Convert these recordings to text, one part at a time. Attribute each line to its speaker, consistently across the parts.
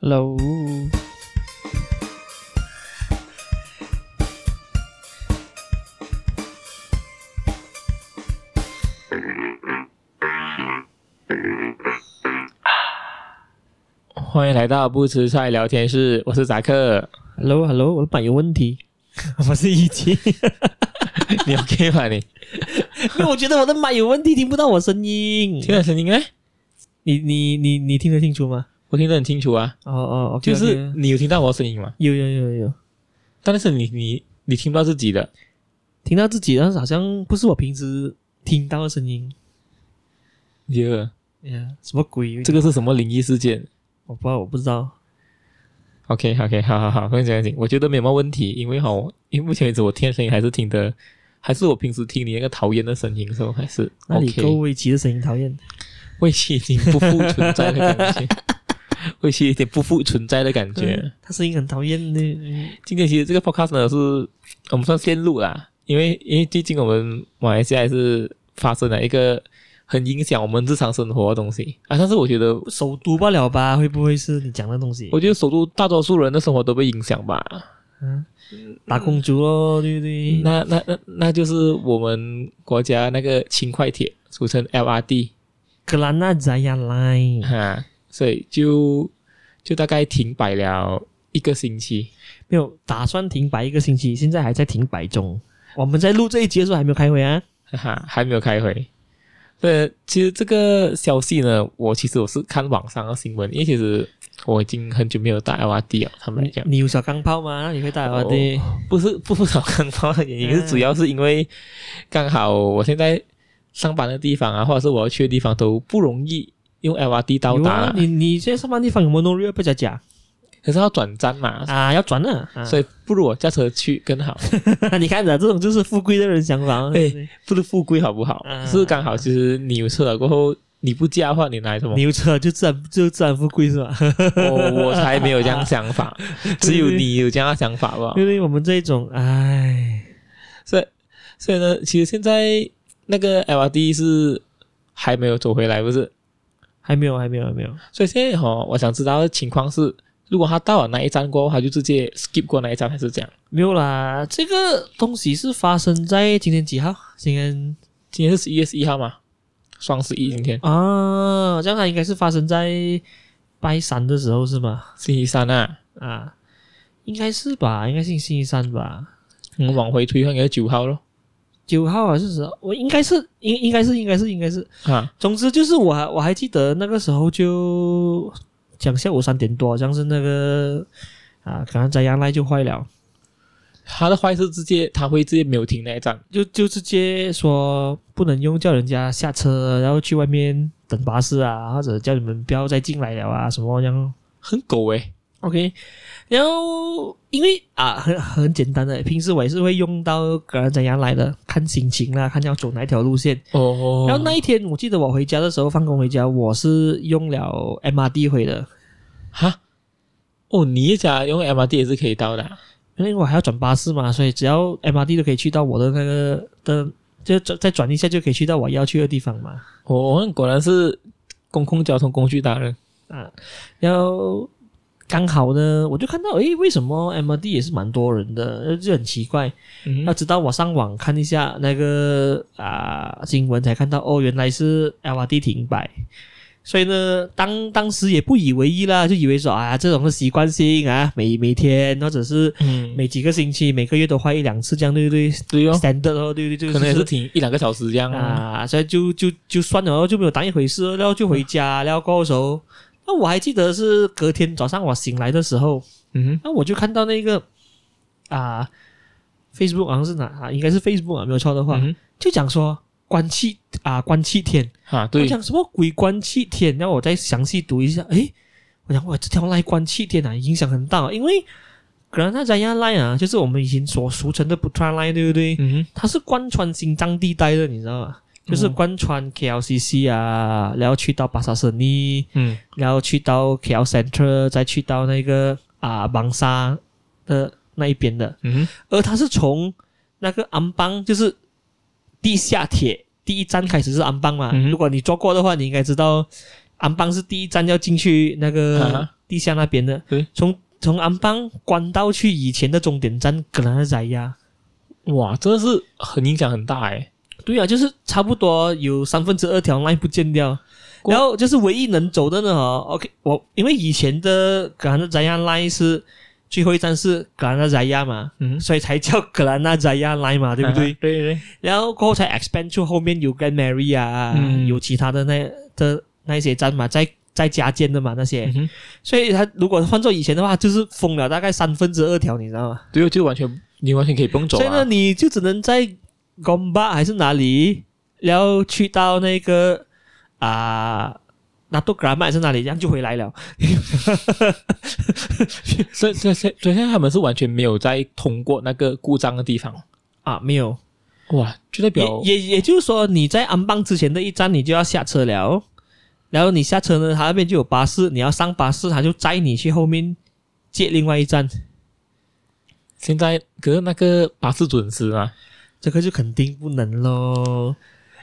Speaker 1: Hello，
Speaker 2: 欢迎来到不吃菜聊天室，我是 扎克，
Speaker 1: h e l l o h e l l o 我的板有问 题，
Speaker 2: 我是一 七，你 OK 吗你？
Speaker 1: 因为我觉得我的麦有问题，听不到我声音。
Speaker 2: 听得声音哎，
Speaker 1: 你你你你听得清楚吗？
Speaker 2: 我听得很清楚 啊，
Speaker 1: 哦哦，OK，
Speaker 2: 就是你有听到我的声音吗？
Speaker 1: 有有有有有，
Speaker 2: 但是你你你听不到自己的，
Speaker 1: 听到自己，但是好像不是我平时听到的声音。
Speaker 2: 耶、
Speaker 1: 呀，什么鬼？
Speaker 2: 这个是什么灵异事件
Speaker 1: 我不知道，我不知道。
Speaker 2: ？OK OK，好好好，跟你讲讲，我觉得没有什么问题，因为哈，因为目前为止我听的声音还是听的，还是我平时听你那个讨厌的声音的时候还是
Speaker 1: 那你
Speaker 2: OK。
Speaker 1: 够危奇的声音讨厌。
Speaker 2: 胃气已经不复存在的感 觉，胃气已经不复存在的感觉。
Speaker 1: 嗯 他声音很讨厌的。嗯
Speaker 2: 今天其实这个 podcast 呢是呃我们算线路啦，因为因为最近我们马来西亚还是发生了一个很影响我们日常生活的东西啊，但是我觉得。
Speaker 1: 首读不了吧？会不会是你讲的东西
Speaker 2: 我？觉得首都大多数人的生活都被影响吧，
Speaker 1: 嗯，打公主咯，对不对？
Speaker 2: 那那那那就是我们国家那个轻快铁，俗称 LRT
Speaker 1: 格兰纳扎亚来，
Speaker 2: 哈、所以就就大概停摆了一个星期，
Speaker 1: 没有打算停摆一个星期，现在还在停摆中。我们在录这一集的时候还没有开会啊。
Speaker 2: 哈哈， 还没有开会。对，其实这个消息呢，我其实我是看网上的新闻，因为其实我已经很久没有打 LRT 了。他们来
Speaker 1: 你
Speaker 2: 讲，
Speaker 1: 你有小钢炮吗？你会带我的？
Speaker 2: 不是不少看到的原因，是主要是因为刚好我现在上班的地方啊，或者是我要去的地方都不容易用 LRT 到
Speaker 1: 有
Speaker 2: 达
Speaker 1: 啊
Speaker 2: 了，，
Speaker 1: 你你现在上班地方有 monorail 不加加
Speaker 2: 可是要转站嘛，
Speaker 1: 啊？要转了、 啊，
Speaker 2: 所以不如我驾车去更好，
Speaker 1: 你看着、这种就是富贵的人想法。
Speaker 2: 哎
Speaker 1: 对不对
Speaker 2: 不如富贵好不好？
Speaker 1: 啊
Speaker 2: 是刚好，其实你有车了过后，你不驾的话，你拿什么？
Speaker 1: 牛车就自然就自然富贵是吧？
Speaker 2: 我我才没有这样想法，只有你有这样的想法 吧
Speaker 1: 因？为我们这种，唉，
Speaker 2: 所以所以呢，其实现在那个 LRT 是还没有走回来，不是？
Speaker 1: 还没有，还没有，还没有。
Speaker 2: 所以现在哈、我想知道的情况是，如果他到了那一站过后，他就直接 skip 过那一站，还是这样？
Speaker 1: 没有啦，这个东西是发生在今天几号？今天
Speaker 2: 今天是十一月十一号嘛，双十一今天
Speaker 1: 啊，这样它应该是发生在拜三的时候是吗？
Speaker 2: 星期三啊，
Speaker 1: 啊，应该是吧，应该是星期三吧，
Speaker 2: 我们往回推应该是九号咯。
Speaker 1: 九号还是十号？我应该是应应该是应该是应该是，
Speaker 2: 啊，
Speaker 1: 总之就是我还我还记得那个时候就讲下午三点多，好像是那个啊，刚刚在阳赖就坏了。
Speaker 2: 他的坏是直接他会直接没有停那一站，
Speaker 1: 就就直接说不能用，叫人家下车，然后去外面等巴士啊，或者叫你们不要再进来了啊，什么这样咯。
Speaker 2: 很狗诶、
Speaker 1: OK，然后因为啊，很很简单的，平时我也是会用到个人怎样来的，看心情啦，看要走哪一条路线。
Speaker 2: 哦
Speaker 1: 然后那一天，我记得我回家的时候，放工回家，我是用了 MRT 回的，
Speaker 2: 哈，哦，你一家用 MRT 也是可以到的啊、
Speaker 1: 因为我还要转巴士嘛，所以只要 MRT 都可以去到我的那个的，就转再转一下就可以去到我要去的地方嘛。
Speaker 2: 我们果然是公共交通工具达人。
Speaker 1: 啊，然后刚好呢，我就看到，诶，为什么 MD 也是蛮多人的，就很奇怪。
Speaker 2: 嗯
Speaker 1: 那直到我上网看一下那个啊新闻，才看到哦，原来是 LRT 停摆。所以呢，当当时也不以为意啦，就以为说啊，这种是习惯性啊，每每天或者是
Speaker 2: 嗯，
Speaker 1: 每几个星期、每个月都换一两次，这样对不对
Speaker 2: 对哦，
Speaker 1: ？standard 哦，对不对？就
Speaker 2: 可能也是停一两个小时这样啊。
Speaker 1: 啊，所以就就就算了，然后就没有当一回事了，然后就回家，然后过后的时候，那我还记得是隔天早上我醒来的时候，
Speaker 2: 嗯
Speaker 1: 那我就看到那个啊，Facebook 好像是哪啊，应该是 Facebook 啊，没有错的
Speaker 2: 哼，
Speaker 1: 话，
Speaker 2: 嗯
Speaker 1: 就讲说关七啊关七天，
Speaker 2: 哼，啊，
Speaker 1: 我
Speaker 2: 对，
Speaker 1: 讲什么鬼关七天，然后我再详细读一下，诶，我讲哇，这条 line 关七天啊，影响很大，因为格兰纳加亚 line 啊，就是我们以前所俗称的 Putra line，对不对？
Speaker 2: 嗯
Speaker 1: 它是贯穿新疆地带的，你知道吗？就是贯穿 KLCC 啊，然后去到巴沙舍尼，
Speaker 2: 哼，嗯，
Speaker 1: 然后去到 KL Center，再去到那个啊邦沙的那一边的。
Speaker 2: 嗯哼，
Speaker 1: 而它是从那个安邦，就是地下铁第一站开始是安邦嘛。
Speaker 2: 嗯哼
Speaker 1: 如果你坐过的话，你应该知道安邦是第一站要进去那个
Speaker 2: 啊
Speaker 1: 地下那边的
Speaker 2: 对，
Speaker 1: 从从安邦关到去以前的终点站格兰塞亚。
Speaker 2: 哇，真的是很影响很大哎。
Speaker 1: 对啊，就是差不多有三分之二条 line 不见掉，
Speaker 2: 过
Speaker 1: 然后就是唯一能走的呢、哦。OK，我因为以前的格兰扎亚 line 是最后一站是格兰扎亚嘛，
Speaker 2: 嗯，
Speaker 1: 所以才叫格兰扎亚 line 嘛，对不对？
Speaker 2: 啊对对对，
Speaker 1: 然后过后才 expand 出后面有 Grand Mary 啊，
Speaker 2: 嗯
Speaker 1: 有其他的那的那一些站嘛，在在加建的嘛那些，
Speaker 2: 嗯哼
Speaker 1: 所以它如果换做以前的话，就是封了大概三分之二条，你知道吗？
Speaker 2: 对，哦就完全你完全可以不用走
Speaker 1: 所以呢，
Speaker 2: 啊。
Speaker 1: 你就只能在 Gomba 还是哪里，然后去到那个啊。拿到 g r a m 还是哪里，这样就回来了。
Speaker 2: 所以所以所以所以现在他们是完全没有在通过那个故障的地方。
Speaker 1: 啊，没有，
Speaker 2: 哇，就代
Speaker 1: 也
Speaker 2: 表
Speaker 1: 也也就是说，你在安邦之前的一站，你就要下车了。然后你下车呢，他那边就有巴士，你要上巴士，他就载你去后面接另外一站。
Speaker 2: 现在可是那个巴士准时啊，
Speaker 1: 这个就肯定不能喽，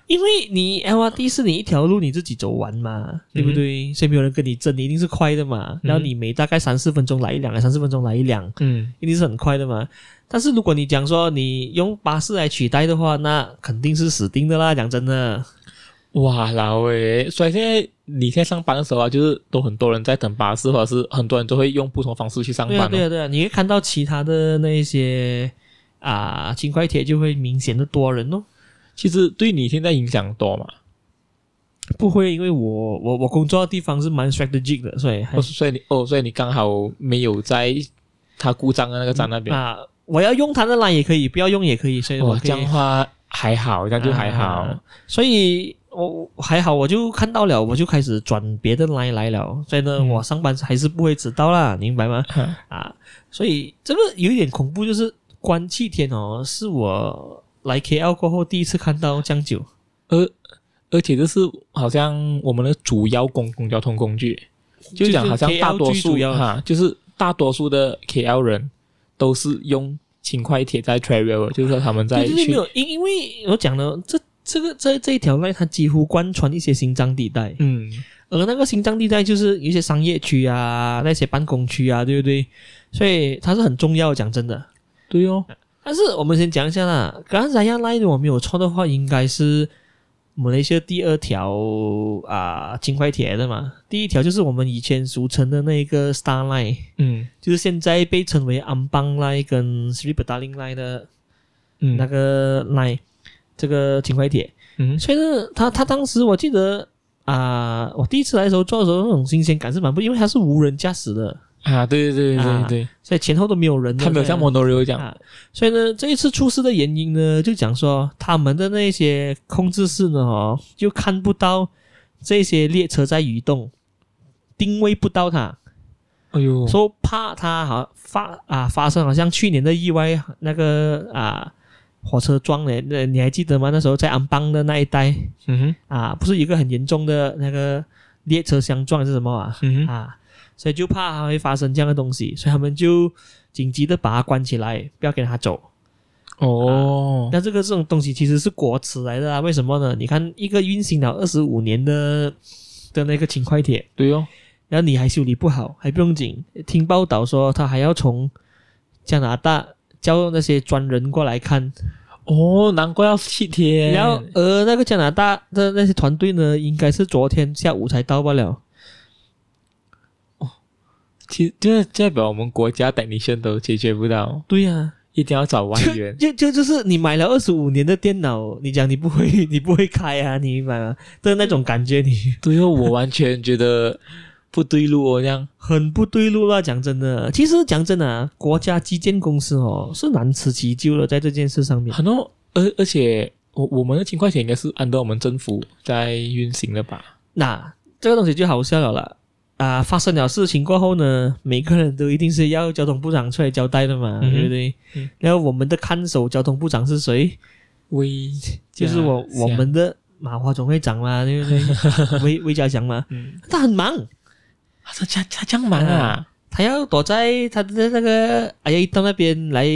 Speaker 1: 因为你 LRT 是你一条路你自己走完嘛，对不对？所以没有人跟你争，你一定是快的嘛。然后你每大概三四分钟来一辆，三四分钟来一辆，
Speaker 2: 嗯，
Speaker 1: 一定是很快的嘛。但是如果你讲说你用巴士来取代的话，那肯定是死定的啦。讲真的，
Speaker 2: 哇老诶，所以现在你现在上班的时候啊，就是都很多人在等巴士，或者是很多人都会用不同的方式去上
Speaker 1: 对
Speaker 2: 班、哦
Speaker 1: 啊，对啊，对啊，你会看到其他的那一些啊轻快铁就会明显的多人哦。
Speaker 2: 其实对你现在影响多嘛，
Speaker 1: 不会，因为我我我工作的地方是蛮 strategic 的，所以还
Speaker 2: 哦，所以你哦，所以你刚好没有在他故障的那个站那边。
Speaker 1: 啊，我要用它的 line 也可以，不要用也可以，所以我
Speaker 2: 哦，
Speaker 1: 可以
Speaker 2: 这样的话还好，这样就还好。
Speaker 1: 嗯啊所以我我还好，我就看到了，我就开始转别的 line 来了，所以呢，
Speaker 2: 嗯
Speaker 1: 我上班还是不会迟到啦，明白吗？
Speaker 2: 哈
Speaker 1: 啊，所以这个有一点恐怖，就是关气天哦，是我来 KL 过后第一次看到这样久。
Speaker 2: 而而且就是好像我们的主要公共交通工具，就讲好像
Speaker 1: KL
Speaker 2: 大多
Speaker 1: 最
Speaker 2: 数
Speaker 1: 主要的
Speaker 2: 哈，就是大多数的 KL 人都是用轻快铁在 travel，的就是说他们在
Speaker 1: 对对对，
Speaker 2: 去
Speaker 1: 没有，因因为我讲了，这这个这这一条 line 它几乎贯穿一些新疆地带，
Speaker 2: 嗯
Speaker 1: 而那个新疆地带就是有一些商业区啊，那些办公区啊，对不对？所以它是很重要的，讲真的。
Speaker 2: 对哦，
Speaker 1: 但是我们先讲一下啦，刚才亚拉如果没有错的话，应该是马来西亚第二条啊轻快铁的嘛，第一条就是我们以前俗称的那个 Star Line，
Speaker 2: 嗯
Speaker 1: 就是现在被称为安邦 Line 跟 Sri Petaling Line 的
Speaker 2: 嗯
Speaker 1: 那个 Line，、这个轻快铁。
Speaker 2: 嗯
Speaker 1: 所以呢，他他当时我记得啊、我第一次来的时候坐的时候那种新鲜感是蛮不，因为它是无人驾驶的，
Speaker 2: 啊，对对对对对，
Speaker 1: 所以前后都没有人的。
Speaker 2: 他没有像 monorail 这样，
Speaker 1: 啊，所以呢，这一次出事的原因呢，就讲说他们的那些控制室呢，哦，就看不到这些列车在移动，定位不到它，
Speaker 2: 哎呦，
Speaker 1: 说、怕它好发啊发生好像去年的意外那个啊火车撞了，那你还记得吗？那时候在安邦的那一带，
Speaker 2: 嗯
Speaker 1: 啊，不是有一个很严重的那个列车相撞还是什么啊
Speaker 2: 哼？嗯哼，
Speaker 1: 啊，所以就怕它会发生这样的东西，所以他们就紧急的把它关起来，不要给它走。
Speaker 2: 哦，
Speaker 1: 那这个这种东西其实是国耻来的啊，为什么呢？你看一个运行了二十五年的的那个轻快铁，
Speaker 2: 对哦，
Speaker 1: 然后你还修理不好，还不用紧。听报道说他还要从加拿大叫那些专人过来看，
Speaker 2: 哦，难怪要七天，
Speaker 1: 然后呃那个加拿大的那些团队呢，应该是昨天下午才到罢了。
Speaker 2: 其实就是代表我们国家 technician 都解决不到，
Speaker 1: 对呀、
Speaker 2: 一定要找外
Speaker 1: 就
Speaker 2: 援。
Speaker 1: 就就就是你买了二十五年的电脑，你讲你不会 你不会开啊，你明白吗？的那种感觉，你
Speaker 2: 对哦，我完全觉得不对路哦，这样。
Speaker 1: 很不对路啦。讲真的，其实讲真的、啊，国家基建公司哦是难辞其咎了，在这件事上面。
Speaker 2: 很多，而而且我我们的勤快险应该是按照我们政府在运行的吧？
Speaker 1: 那这个东西就好笑了啦。啊、发生了事情过后呢，每个人都一定是要交通部长出来交代的嘛，
Speaker 2: 嗯哼
Speaker 1: 对不对？
Speaker 2: 嗯
Speaker 1: 然后我们的看守交通部长是谁？
Speaker 2: 微
Speaker 1: 就是我
Speaker 2: 加
Speaker 1: 我们的马华总会长嘛，对不 对？魏魏家祥嘛，
Speaker 2: 嗯，
Speaker 1: 他很忙，
Speaker 2: 他啊这他他这样忙啊？
Speaker 1: 他要躲在他的那个哎呀到那边来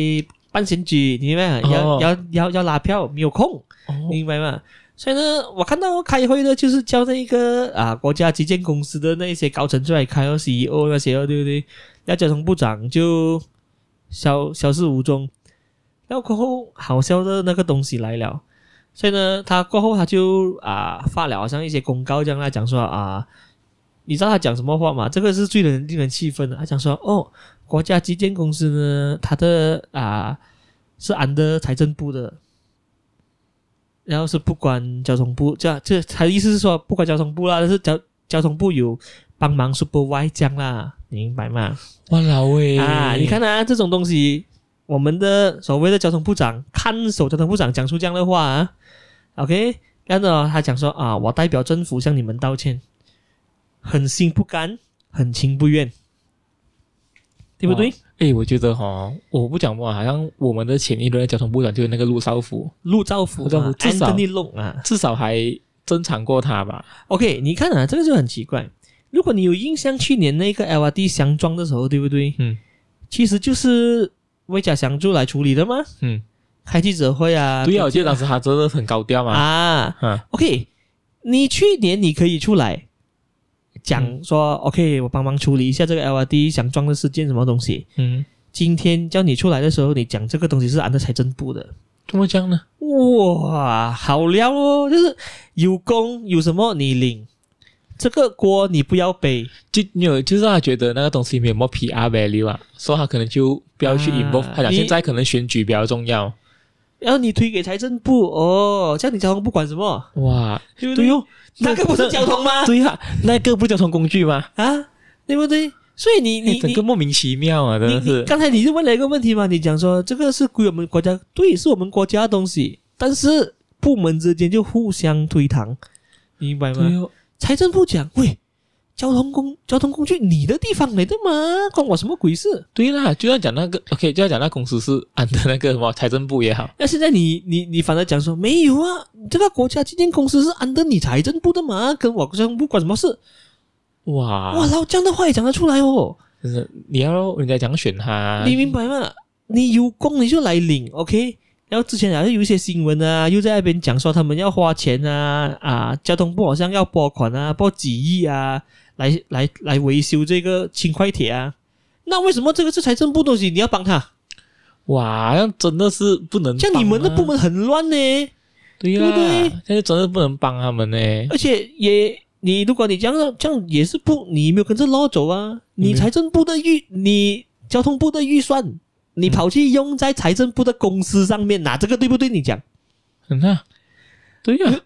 Speaker 1: 办选举，你明白吗？要、
Speaker 2: 哦
Speaker 1: 要要要拉票，没有空，
Speaker 2: 哦，
Speaker 1: 明白吗？所以呢，我看到开会呢，就是叫那个啊国家基建公司的那一些高层出来开哦，CEO 那些哦，对不对？那交通部长就消消失无踪。然后过后，好笑的那个东西来了，所以呢，他过后他就啊发了好像一些公告这样啦，讲说啊，你知道他讲什么话吗？这个是最能令人气愤的。他讲说哦，国家基建公司呢，它的啊是 under 财政部的，然后是不关交通部，这样这他的意思是说不关交通部啦，但是交交通部有帮忙 supervise 这样啦，你明白吗？
Speaker 2: 哇老欸喂
Speaker 1: 啊，你看啊，这种东西，我们的所谓的交通部长看守交通部长讲出这样的话、啊、，OK，然后呢他讲说啊，我代表政府向你们道歉，很心不甘，很情不愿，对不对？
Speaker 2: 哎，我觉得哈，我不讲嘛，好像我们的前一轮的交通部长就是那个陆少福，
Speaker 1: 陆兆福、
Speaker 2: 陆兆福
Speaker 1: 啊、
Speaker 2: 至少
Speaker 1: Anthony Long 啊，
Speaker 2: 至少还增长过他吧？
Speaker 1: OK，你看啊，这个就很奇怪。如果你有印象，去年那个 LRT 相撞的时候，对不对？
Speaker 2: 嗯，
Speaker 1: 其实就是魏家祥柱来处理的吗？
Speaker 2: 嗯，
Speaker 1: 开记者会啊，
Speaker 2: 对啊，我记得当时他真的很高调嘛。
Speaker 1: 啊
Speaker 2: 嗯，
Speaker 1: ，OK，你去年你可以出来讲说、OK，我帮忙处理一下这个 LRT 相撞的事件什么东西。
Speaker 2: 嗯，
Speaker 1: 今天叫你出来的时候，你讲这个东西是按照财政部的，
Speaker 2: 怎么讲呢？
Speaker 1: 哇，好料哦，就是有功有什么你领，这个锅你不要背。
Speaker 2: 就你有就是他觉得那个东西没有什么 PR value 啊，所以他可能就不要去
Speaker 1: 啊
Speaker 2: involve、他讲
Speaker 1: 你
Speaker 2: 现在可能选举比较重要。
Speaker 1: 然后你推给财政部哦，这样你交通部管什么？
Speaker 2: 哇，
Speaker 1: 对不
Speaker 2: 对
Speaker 1: 对？
Speaker 2: 哟、
Speaker 1: 那个不是交通 吗？
Speaker 2: 对呀、那个不是交通工具吗？
Speaker 1: 啊，对不对？所以 你
Speaker 2: 你
Speaker 1: 你
Speaker 2: 整
Speaker 1: 你
Speaker 2: 哎个莫名其妙啊，真
Speaker 1: 你
Speaker 2: 的
Speaker 1: 你
Speaker 2: 是。
Speaker 1: 刚才你是问了一个问题嘛？你讲说这个是归我们国家，对，是我们国家的东西，但是部门之间就互相推搪，你明白吗？
Speaker 2: 对哦，
Speaker 1: 财政部讲，喂，交通工交通工具你的地方来的嘛，关我什么鬼事？
Speaker 2: 对啦，就要讲那个 OK，就要讲那公司是安的那个什么财政部也好，
Speaker 1: 那现在你你你反而讲说没有啊，这个国家基建公司是安的你财政部的嘛，跟我交通部管什么事？
Speaker 2: 哇，
Speaker 1: 哇，老这样的话也讲得出来哦，
Speaker 2: 真是你要人家讲选他，
Speaker 1: 你明白吗？你有功你就来领，OK。然后之前好像有一些新闻啊，又在那边讲说他们要花钱啊啊，交通部好像要拨款啊，拨几亿啊，来来来维修这个轻快铁啊。那为什么这个是财政部东西你要帮他？
Speaker 2: 哇，那真的是不能、啊
Speaker 1: 像你们的部，门很乱呢、
Speaker 2: 对
Speaker 1: 对
Speaker 2: 啦，
Speaker 1: 不对
Speaker 2: 但是真的不能帮他们呢。
Speaker 1: 而且也你如果你这样这样也是不，你没有跟着捞走啊，你
Speaker 2: 嗯
Speaker 1: 财政部的预，你交通部的预算，
Speaker 2: 嗯
Speaker 1: 你跑去用在财政部的公司上面，拿这个对不对？你讲，
Speaker 2: 很啊，对
Speaker 1: 呃
Speaker 2: 呀、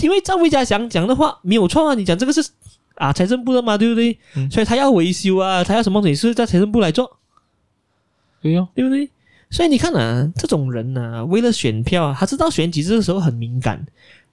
Speaker 1: 因为赵魏家祥讲的话没有错啊，你讲这个是啊财政部的嘛，对不对？
Speaker 2: 嗯
Speaker 1: 所以他要维修啊，他要什么东西是在财政部来做，
Speaker 2: 对啊哟、
Speaker 1: 对不对？所以你看啊，这种人呢、为了选票啊，他知道选举这个时候很敏感。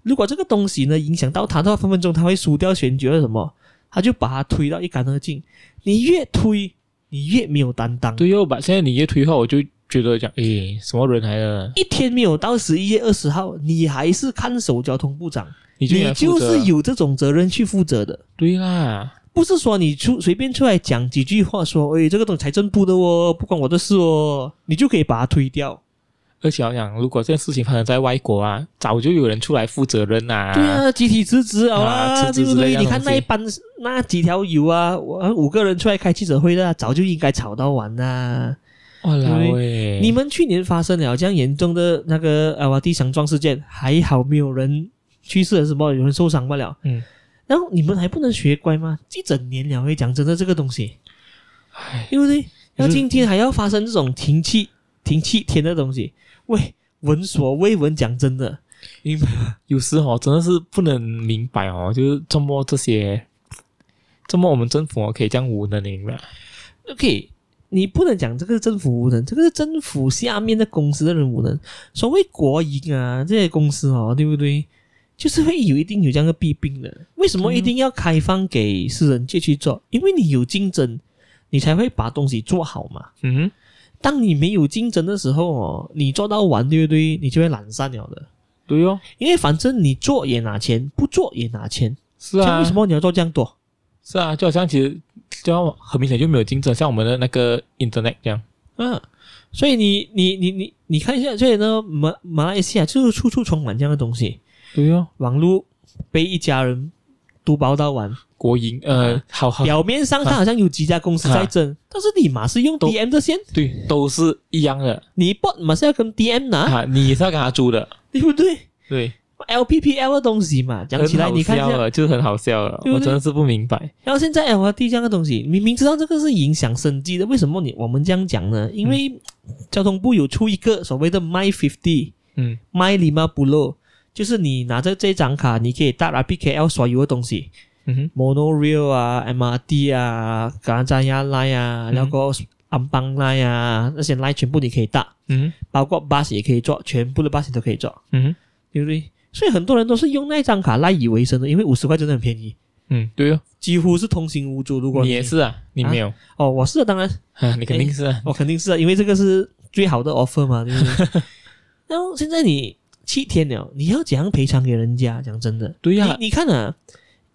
Speaker 1: 如果这个东西呢影响到他的话，分分钟他会输掉选举或者什么，他就把他推到一干二净。你越推，你越没有担当。
Speaker 2: 对哟、啊把现在你越推后，我就觉得讲，诶，什么人来了？
Speaker 1: 一天没有到十一月二十号，你还是看守交通部长，
Speaker 2: 你就应
Speaker 1: 你
Speaker 2: 该负
Speaker 1: 就
Speaker 2: 责啊
Speaker 1: 是有这种责任去负责的。
Speaker 2: 对啦，
Speaker 1: 不是说你出随便出来讲几句话说，哎，这个东西财政部的哦，不关我的事哦，你就可以把它推掉。
Speaker 2: 而且我想，如果这件事情发生在外国啊，早就有人出来负责任啦、
Speaker 1: 对啊，集体辞职好啦，
Speaker 2: 啊
Speaker 1: 对
Speaker 2: 辞职
Speaker 1: 不
Speaker 2: 之类
Speaker 1: 对？
Speaker 2: 的
Speaker 1: 你看
Speaker 2: 东西
Speaker 1: 那一班那几条友啊，我五个人出来开记者会的啊，早就应该吵到完啦。
Speaker 2: 哇啦
Speaker 1: 对不
Speaker 2: 喂，
Speaker 1: 你们去年发生了这样严重的那个呃瓦地相撞事件，还好没有人去世了，什么有人受伤不了。
Speaker 2: 嗯，
Speaker 1: 然后你们还不能学乖吗？一整年了，会讲真的这个东西，
Speaker 2: 唉
Speaker 1: 对不对？然
Speaker 2: 就
Speaker 1: 后
Speaker 2: 是
Speaker 1: 今天还要发生这种停气停气天的东西，喂，闻所未闻，讲真的，明白吗？
Speaker 2: 有时哦，真的是不能明白哦，就是这么这些，这么我们政府哦可以这样无能，你明白？
Speaker 1: OK，你不能讲这个是政府无能，这个是政府下面的公司的人无能。所谓国营啊，这些公司哦，对不对？就是会有一定有这样的弊病的。为什么
Speaker 2: 对啊
Speaker 1: 一定要开放给私人界去做？因为你有竞争，你才会把东西做好嘛。
Speaker 2: 嗯，
Speaker 1: 当你没有竞争的时候哦，你做到完，对不对？你就会懒散了的。
Speaker 2: 对哦，
Speaker 1: 因为反正你做也拿钱，不做也拿钱，
Speaker 2: 是啊，
Speaker 1: 像为什么你要做这样多？
Speaker 2: 是啊，就好像其实就像很明显就没有竞争，像我们的那个 Internet 这样，
Speaker 1: 嗯，所以你你你你你看一下，所以呢，马马来西亚就是处处充满这样的东西。
Speaker 2: 对哦，
Speaker 1: 网络被一家人读报到完，
Speaker 2: 国营呃，
Speaker 1: 啊
Speaker 2: 好好
Speaker 1: 表面上他好像有几家公司在争，但是你嘛是用
Speaker 2: 都
Speaker 1: DM 的线，
Speaker 2: 对，都是一样的
Speaker 1: 你 bot 嘛是要跟 DM 拿，
Speaker 2: 啊，你是要跟他租的，
Speaker 1: 对不对
Speaker 2: 对，
Speaker 1: ？LPPL 的东西嘛，讲起来
Speaker 2: 很
Speaker 1: 你看一
Speaker 2: 好笑啊
Speaker 1: 下，
Speaker 2: 了，就是很好笑了，
Speaker 1: 对不
Speaker 2: 我
Speaker 1: 对
Speaker 2: 真的是不明白，
Speaker 1: 然后现在 LRT 这样的东西，明明知道这个是影响生计的，为什么你我们这样讲呢？因为交通部有出一个所谓的 My Fifty。
Speaker 2: 嗯
Speaker 1: My Lima Pulau，就是你拿着这张卡，你可以搭啊 RPKL 所有的东西
Speaker 2: 嗯哼
Speaker 1: ，monorail 啊、MRT 啊、加扎亚 line 啊，
Speaker 2: 嗯
Speaker 1: 然后安邦 line 啊，那些 line 全部你可以搭，
Speaker 2: 嗯哼
Speaker 1: 包括 bus 也可以坐，全部的 bus 你都可以坐，
Speaker 2: 嗯哼
Speaker 1: 对不对？所以很多人都是用那张卡赖以为生的，因为五十块真的很便宜，
Speaker 2: 嗯，对哦，
Speaker 1: 几乎是通行无阻。如果
Speaker 2: 你也是啊，你没有
Speaker 1: 哦，我是的，当然
Speaker 2: 啊，你肯定是啊，
Speaker 1: 我肯定是啊，因为这个是最好的 offer 嘛，对不对？ 然后现在你七天了，你要怎样赔偿给人家？讲真的，
Speaker 2: 对呀
Speaker 1: 你你看啊，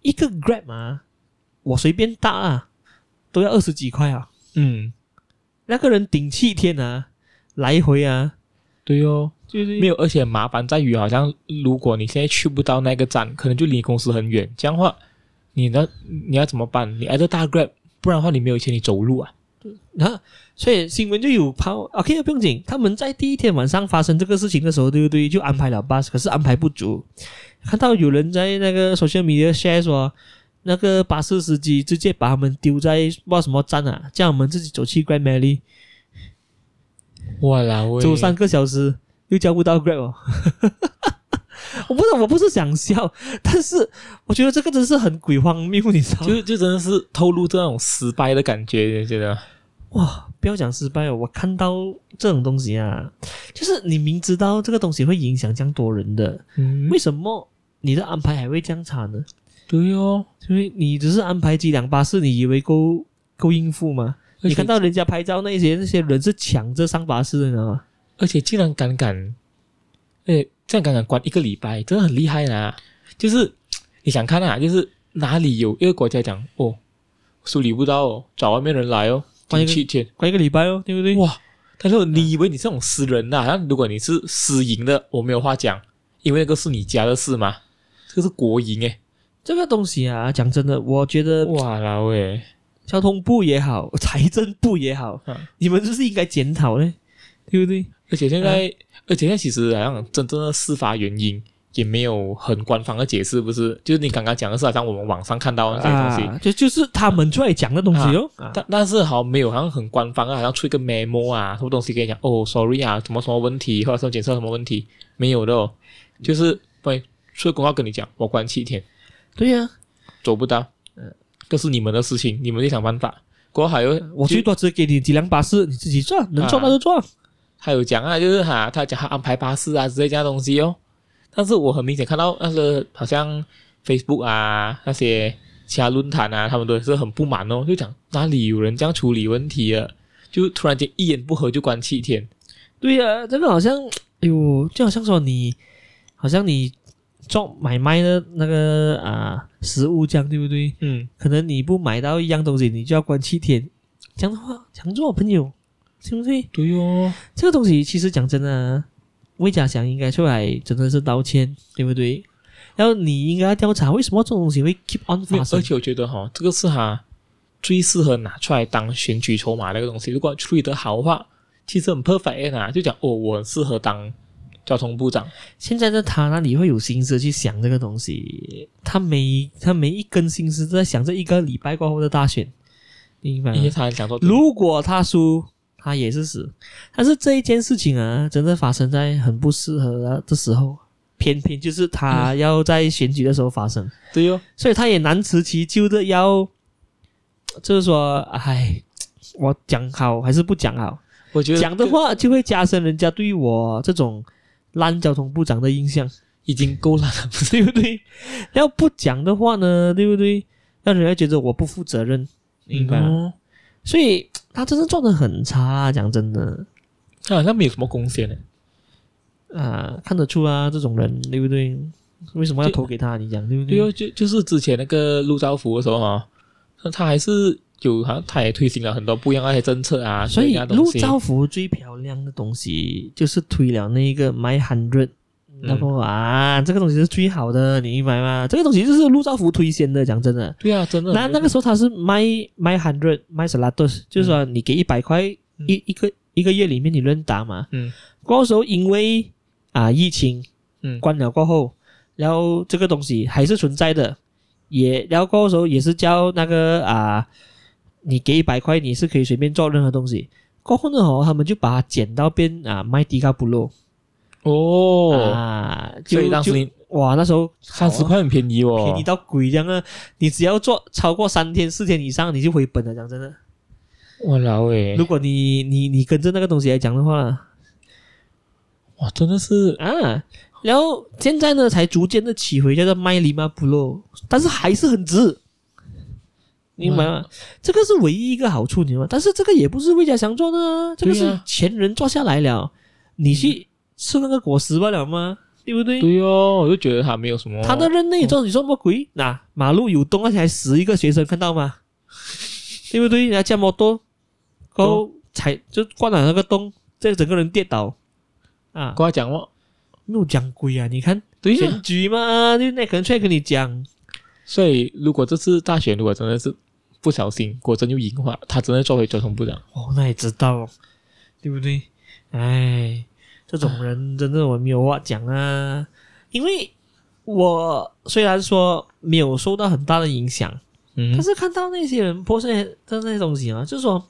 Speaker 1: 一个 Grab 啊，我随便搭啊，都要二十几块啊。
Speaker 2: 嗯，
Speaker 1: 那个人顶七天啊，来回啊，
Speaker 2: 对哦，
Speaker 1: 就是
Speaker 2: 没有，而且麻烦在于，好像如果你现在去不到那个站，可能就离公司很远，这样的话，你呢你要怎么办？你挨着大 Grab，不然的话你没有钱，你走路啊。
Speaker 1: 啊，所以新闻就有抛。OK，不用紧，他们在第一天晚上发生这个事情的时候，对不对？就安排了 bus，可是安排不足。看到有人在那个 social media share 说，那个巴士司机直接把他们丢在不知道什么站啊，叫我们自己走去 Grand Mary，
Speaker 2: 哇啦喂
Speaker 1: 走三个小时又叫不到 Grab 哦。 我不是我不是想笑，但是我觉得这个真是很鬼荒谬，你知道吗？
Speaker 2: 就就真的是透露这种失败的感觉，你觉得？
Speaker 1: 哇，不要讲失败哦！我看到这种东西啊，就是你明知道这个东西会影响这样多人的，
Speaker 2: 嗯
Speaker 1: 为什么你的安排还会这样差呢？
Speaker 2: 对哦，
Speaker 1: 因为你只是安排几辆巴士，你以为够够应付吗？
Speaker 2: 而且
Speaker 1: 你看到人家拍照那些那些人是抢着上巴士的，你知道吗？
Speaker 2: 而且竟然敢敢，哎，这样敢敢关一个礼拜，真的很厉害啦！就是你想看啊，就是哪里有一个国家讲哦，处理不到哦，找外面人来哦，
Speaker 1: 关一
Speaker 2: 进
Speaker 1: 个
Speaker 2: 去天。
Speaker 1: 快一个礼拜哦，对不对？
Speaker 2: 哇！他说：“你以为你这种私人呐、好像如果你是私营的，我没有话讲，因为那个是你家的事嘛，这个是国营欸诶。
Speaker 1: 这个东西啊，讲真的，我觉得
Speaker 2: 哇啦喂，
Speaker 1: 交通部也好，财政部也好，
Speaker 2: 啊
Speaker 1: 你们就是应该检讨嘞，对不对？
Speaker 2: 而且现在，而且现在其实好像真正的事发原因也没有很官方的解释，不是？就是你刚刚讲的是，好像我们网上看到的那些东西，
Speaker 1: 啊，就就是他们出来讲的东西哦。啊
Speaker 2: 但但是好像没有，好像很官方啊，好像出一个 memo 啊，什么东西跟你讲哦，sorry 啊，什么什么问题，或者说检测什么问题，没有的哦，就是对，出个公告跟你讲，我关七天。”
Speaker 1: 对呀、
Speaker 2: 走不到，这是你们的事情，你们去想办法。国海有
Speaker 1: 我最
Speaker 2: 就
Speaker 1: 多只给你几辆巴士，你自己
Speaker 2: 啊
Speaker 1: 赚，能赚到就赚。
Speaker 2: 他有讲啊，就是哈、他讲他安排巴士啊之类这样东西哦。但是我很明显看到那个好像 Facebook 啊那些其他论坛啊，他们都是很不满哦，就讲哪里有人这样处理问题了，就突然间一言不合就关七天。
Speaker 1: 对呀、这个好像，哎呦，就好像说你，好像你做买卖的那个啊食物这样，对不对？
Speaker 2: 嗯，
Speaker 1: 可能你不买到一样东西，你就要关七天。这样的话，想做朋友，对不对？
Speaker 2: 对哦，
Speaker 1: 这个东西其实讲真的、啊，魏家祥应该出来真的是道歉，对不对？然后你应该要调查为什么这种东西会 keep on
Speaker 2: 没
Speaker 1: 发
Speaker 2: 有
Speaker 1: 生
Speaker 2: 而。且我觉得哈、这个是哈、最适合拿出来当选举筹码那个东西。如果处理得好的话，其实很 perfect 啊，就讲哦，我很适合当交通部长。
Speaker 1: 现在在他那里会有心思去想这个东西，他每他每一根心思都在想这一个礼拜过后的大选，你明白
Speaker 2: 因为
Speaker 1: 吗？
Speaker 2: 他想说，
Speaker 1: 如果他输，他也是死。但是这一件事情啊，真的发生在很不适合的时候，偏偏就是
Speaker 2: 嗯
Speaker 1: 他要在选举的时候发生，
Speaker 2: 对哦，
Speaker 1: 所以他也难辞其咎的要，就是说，哎，我讲好还是不讲好？
Speaker 2: 我觉得
Speaker 1: 讲的话就会加深人家对我这种烂交通部长的印象。
Speaker 2: 已经够烂了，不是？
Speaker 1: 对不对？要不讲的话呢，对不对？让人家觉得我不负责任，明白吗？
Speaker 2: 哦
Speaker 1: 所以他真的做的很差、啊讲真的
Speaker 2: 他好像没有什么贡献呢。
Speaker 1: 嗯啊，看得出啊，这种人对不对？为什么要投给他？你讲对不对？
Speaker 2: 对哦，就就是之前那个陆兆福的时候哈、那他还是有，好像他也推行了很多不一样的政策啊，
Speaker 1: 所以
Speaker 2: 这样的东
Speaker 1: 陆
Speaker 2: 西嗯
Speaker 1: 兆福最漂亮的东西就是推了那个 My Hundred 那么啊，这个东西是最好的，你明白吗？这个东西就是陆兆福推荐的，讲真的。
Speaker 2: 对啊，真的。
Speaker 1: 那那个时候他是卖卖 hundred 卖 s a l a d o s 就是说
Speaker 2: 嗯
Speaker 1: 你给一百块一一个一个月里面你乱打嘛。
Speaker 2: 嗯
Speaker 1: 过时候因为啊疫情
Speaker 2: 嗯
Speaker 1: 关了过后，然后这个东西还是存在的，也然后过时候也是叫那个啊，你给一百块你是可以随便做任何东西。过后呢哦，他们就把它剪到变啊卖迪卡布洛
Speaker 2: 哦，
Speaker 1: 啊，就
Speaker 2: 所以当时
Speaker 1: 就
Speaker 2: 你
Speaker 1: 哇那时候
Speaker 2: 三十块很便宜哦，
Speaker 1: 便宜到鬼一样啊！你只要做超过三天四天以上，你就回本了。讲真的，
Speaker 2: 我老诶
Speaker 1: 如，果你你你跟着那个东西来讲的话
Speaker 2: 哇，真的是
Speaker 1: 啊，然后现在呢才逐渐的起回，叫做卖狸马 pro，但是还是很值。你明白吗？这个是唯一一个好处，你明白吗？但是这个也不是魏家祥做的啊，这个
Speaker 2: 对
Speaker 1: 是
Speaker 2: 啊
Speaker 1: 前人做下来了，你去吃那个果实罢了吗？对不对？
Speaker 2: 对哦，我就觉得他没有什么
Speaker 1: 他的任内做你做什么鬼？那、马路有洞，而且还死一个学生，看到吗？对不对？人家加摩多，然后踩就灌了那个洞，这整个人跌倒啊
Speaker 2: 跟！他讲哦，
Speaker 1: 没有讲鬼啊！你看
Speaker 2: 对呀、
Speaker 1: 选举嘛，就那可能出来跟你讲，
Speaker 2: 所以如果这次大选如果真的是不小心，果真就赢的话，他真的作为交通部长，
Speaker 1: 哦，那也知道哦，对不对？哎，这种人真的我没有话讲啊，因为我虽然说没有受到很大的影响。
Speaker 2: 嗯
Speaker 1: 但，是看到那些人 post 那些的那些东西啊，就是说，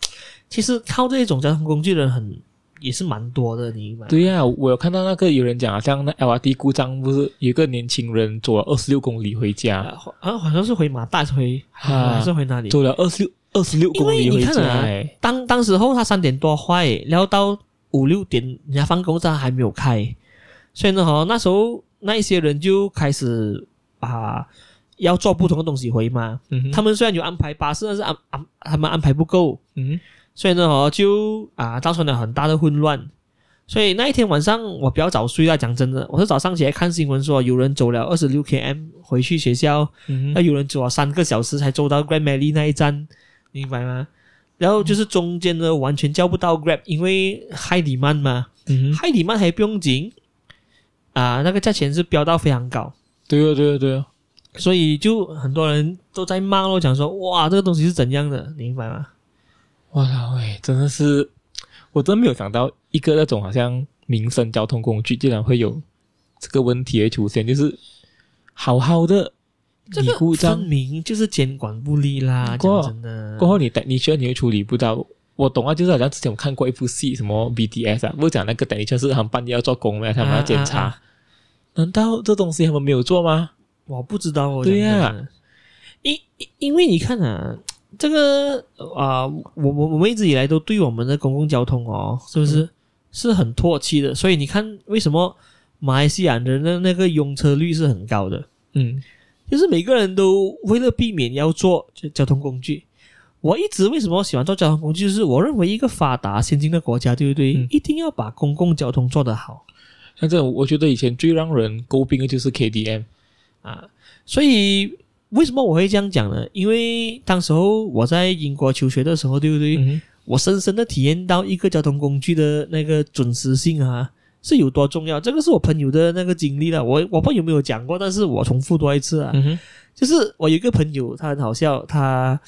Speaker 1: 其实靠这一种交通工具的人很也是蛮多的，你明白吗？
Speaker 2: 对呀、我有看到那个有人讲，好啊像那 LRT 故障，不是有一个年轻人走了二十六公里回家，
Speaker 1: 啊，好啊，好像是回马大，是回、
Speaker 2: 啊
Speaker 1: 还是回哪里？
Speaker 2: 走了二十六二十六公里
Speaker 1: 因为
Speaker 2: 回
Speaker 1: 你看
Speaker 2: 家、
Speaker 1: 啊
Speaker 2: 哎
Speaker 1: 当当时候他三点多坏，然后到五六点人家放工，站还没有开，所以呢，哈，那时候那一些人就开始啊，要做不同的东西回嘛。
Speaker 2: 嗯哼
Speaker 1: 他们虽然有安排巴士，但是安安他们安排不够，
Speaker 2: 嗯
Speaker 1: 所以呢，哦，就啊造成了很大的混乱。所以那一天晚上我比较早睡啦，讲真的，我是早上起来看新闻说有人走了二十六 km 回去学校，
Speaker 2: 嗯
Speaker 1: 那、
Speaker 2: 哼
Speaker 1: 有人走了三个小时才走到 Grand Valley 那一站，明白吗？然后就是中间呢完全叫不到 Grab，因为 high demand 嘛
Speaker 2: 嗯哼，
Speaker 1: ，high demand 还不用紧啊，那个价钱是飙到非常高，
Speaker 2: 对哦对哦对哦，
Speaker 1: 所以就很多人都在骂咯，讲说哇这个东西是怎样的，你明白吗？
Speaker 2: 哇老哎，真的是，我真没有想到一个那种好像民生交通工具竟然会有这个问题的出现，就是好好的
Speaker 1: 这
Speaker 2: 你
Speaker 1: 个
Speaker 2: 故障
Speaker 1: 分明就是监管不力啦，
Speaker 2: 过
Speaker 1: 讲真的。
Speaker 2: 过后你等你需要你又处理不到。我懂啊，就是好像之前我看过一部戏，什么 BTS 啊，不是讲那个等一下是他们半夜要做工嘛，他们要检
Speaker 1: 啊
Speaker 2: 查。
Speaker 1: 啊
Speaker 2: 难道这东西他们没有做吗？
Speaker 1: 我不知道哦。
Speaker 2: 对呀
Speaker 1: 呀、因因因为你看啊，这个啊、我我我们一直以来都对我们的公共交通哦，是不
Speaker 2: 嗯
Speaker 1: 是、是很唾弃的？所以你看，为什么马来西亚人的那个拥车率是很高的？
Speaker 2: 嗯
Speaker 1: 就是每个人都为了避免要做交交通工具。我一直为什么喜欢做交通工具？就是我认为一个发达先进的国家，对不对？
Speaker 2: 嗯
Speaker 1: 一定要把公共交通做得好。
Speaker 2: 像这种，我觉得以前最让人诟病的就是 KDM。
Speaker 1: 啊，所以为什么我会这样讲呢？因为当时候我在英国求学的时候，对不对？
Speaker 2: 嗯
Speaker 1: 我深深的体验到一个交通工具的那个准时性啊，是有多重要。这个是我朋友的那个经历了，我我不知道有没有讲过，但是我重复多一次啊。
Speaker 2: 哼，嗯哼，
Speaker 1: 就是我有一个朋友，他很好笑，他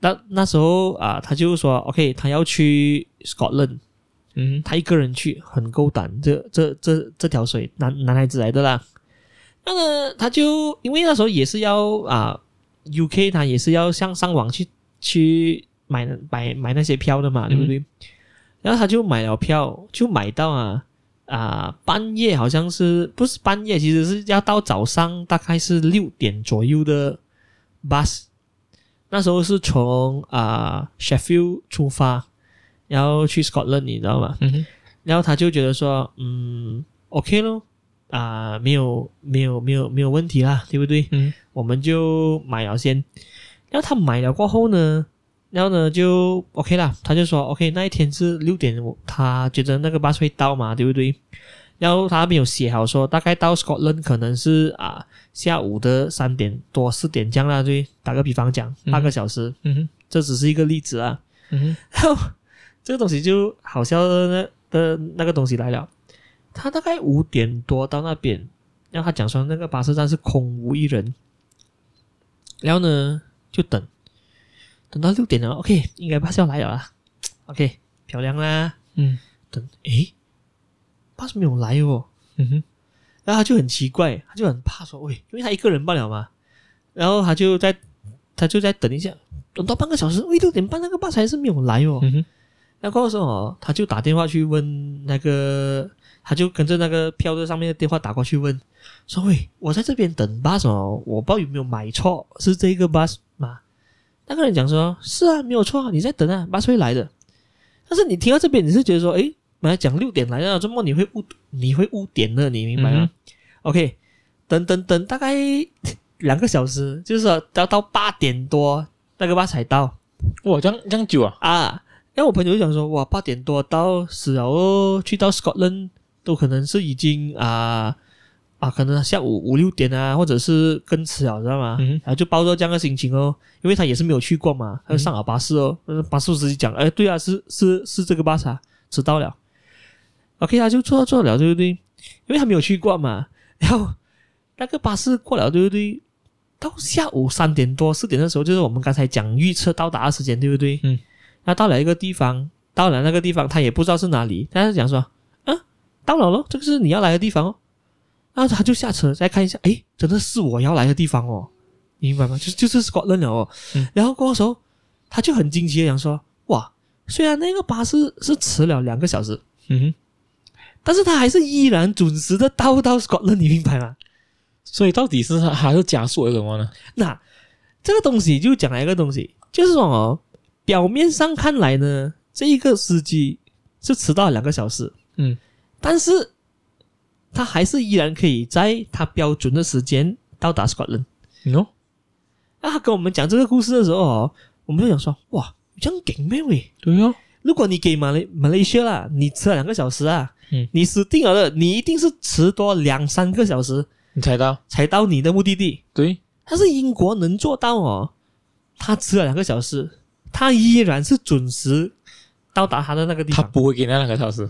Speaker 1: 那那时候啊，他就说 OK，他要去 Scotland，
Speaker 2: 嗯
Speaker 1: 他一个人去，很够胆。这这这这条水，男男孩子来的啦。那呢，他就因为那时候也是要啊，UK 他也是要上上网去去买买买那些票的嘛，对不对？然后他就买了票，就买到啊啊半夜好像是不是半夜，其实是要到早上大概是六点左右的 bus。那时候是从啊、Sheffield 出发，然后去 Scotland，你知道吗？
Speaker 2: 嗯哼，
Speaker 1: 然后他就觉得说，嗯，OK 咯，啊、没有没有没有没有问题啦，对不对？
Speaker 2: 嗯
Speaker 1: 我们就买了先。然后他买了过后呢，然后呢就 OK 啦，他就说 OK 那一天是六点，我他觉得那个巴士会到嘛，对不对？然后他没有写好说大概到 Scotland 可能是啊、下午的三点多四点这样啦，对，打个比方讲
Speaker 2: 嗯
Speaker 1: 八个小时，
Speaker 2: 嗯哼，
Speaker 1: 这只是一个例子啊。
Speaker 2: 嗯哼，
Speaker 1: 然后这个东西就好笑的那的那个东西来了。他大概五点多到那边，然后他讲说那个巴士站是空无一人，然后呢就等，等到六点了，OK，应该巴士要来了啦，OK，漂亮啦，
Speaker 2: 嗯
Speaker 1: 等，诶，巴士没有来哦，
Speaker 2: 嗯哼，
Speaker 1: 然后他就很奇怪，他就很怕说，喂，因为他一个人罢了嘛，然后他就在他就在等一下，等到半个小时，喂，六点半那个巴士还是没有来哦，
Speaker 2: 嗯哼，
Speaker 1: 然后过后时候哦，他就打电话去问那个，他就跟着那个票的上面的电话打过去问，说喂，我在这边等 bus 哦，我不知道有没有买错，是这个 bus 吗？那个人讲说，是啊，没有错啊，你在等啊，bus 会来的。但是你听到这边，你是觉得说，诶，本来讲六点来的，周末你会误你会误点的，你明白吗、o k 等等等，大概两个小时，就是说要到八点多那个 bus 才到。
Speaker 2: 哇，这样这样久啊，
Speaker 1: 啊。然后我朋友就讲说，哇，八点多到死了哦，去到 Scotland 都可能是已经啊啊，可能下午五六点啊，或者是更迟了，知道吗？
Speaker 2: 嗯
Speaker 1: 然后就抱着这样的心情哦，因为他也是没有去过嘛，他就上了巴士哦，嗯、巴士司机讲，哎，对啊，是是是这个巴士啊，迟到了。OK，他就坐坐了，对不对？因为他没有去过嘛，然后那个巴士过了，对不对？到下午三点多四点的时候，就是我们刚才讲预测到达的时间，对不对？
Speaker 2: 嗯。
Speaker 1: 那到了一个地方，到了那个地方，他也不知道是哪里，他就讲说，啊，到了咯，这个是你要来的地方哦。然后他就下车再看一下，诶，真的是我要来的地方哦，你明白吗？就就是 Scotland 了哦。
Speaker 2: 嗯
Speaker 1: 然后过后时候，他就很惊奇的讲说，哇，虽然那个巴士是迟了两个小时，
Speaker 2: 嗯哼，
Speaker 1: 但是他还是依然准时的到到 Scotland，你明白吗？
Speaker 2: 所以到底是它还是加速还是什么呢？
Speaker 1: 那这个东西就讲了一个东西，就是说哦，表面上看来呢，这一个司机是迟到了两个小时，
Speaker 2: 嗯，
Speaker 1: 但是他还是依然可以在他标准的时间到达 Scotland。
Speaker 2: 喏，
Speaker 1: 那他跟我们讲这个故事的时候哦，我们就想说，哇，你这样给妹妹，
Speaker 2: 对哦，
Speaker 1: 如果你给马来马来西亚啦，你迟了两个小时啊，
Speaker 2: 嗯
Speaker 1: 你死定了的，你一定是迟多两三个小时
Speaker 2: 你猜到
Speaker 1: 才到你的目的地。
Speaker 2: 对，
Speaker 1: 但是英国能做到哦，他迟了两个小时，他依然是准时到达他的那个地
Speaker 2: 他
Speaker 1: 方。
Speaker 2: 不会给那两个小时，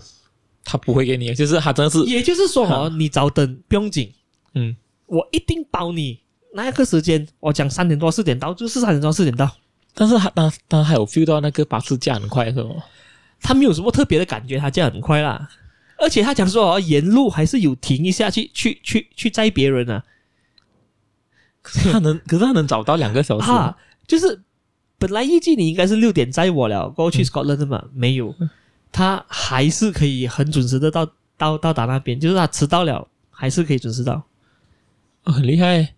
Speaker 2: 他不会给你，就是他真的是
Speaker 1: 也就是说 哦，你早等不用紧，
Speaker 2: 嗯，
Speaker 1: 我一定包你那个时间。我讲三点多四点到，就是三点多四点到。
Speaker 2: 但是他当当还有 feel 到那个巴士架很快是吗？
Speaker 1: 他没有什么特别的感觉，他这样很快啦。而且他讲说哦，沿路还是有停一下去去去去载别人啊
Speaker 2: 可是他能， 可是他能找到两个小时，
Speaker 1: 啊，就是本来预计你应该是六点载我了，过后去 Scotland 的嘛，没有，他还是可以很准时的到到到达那边，就是他迟到了还是可以准时到。
Speaker 2: 哦很厉害。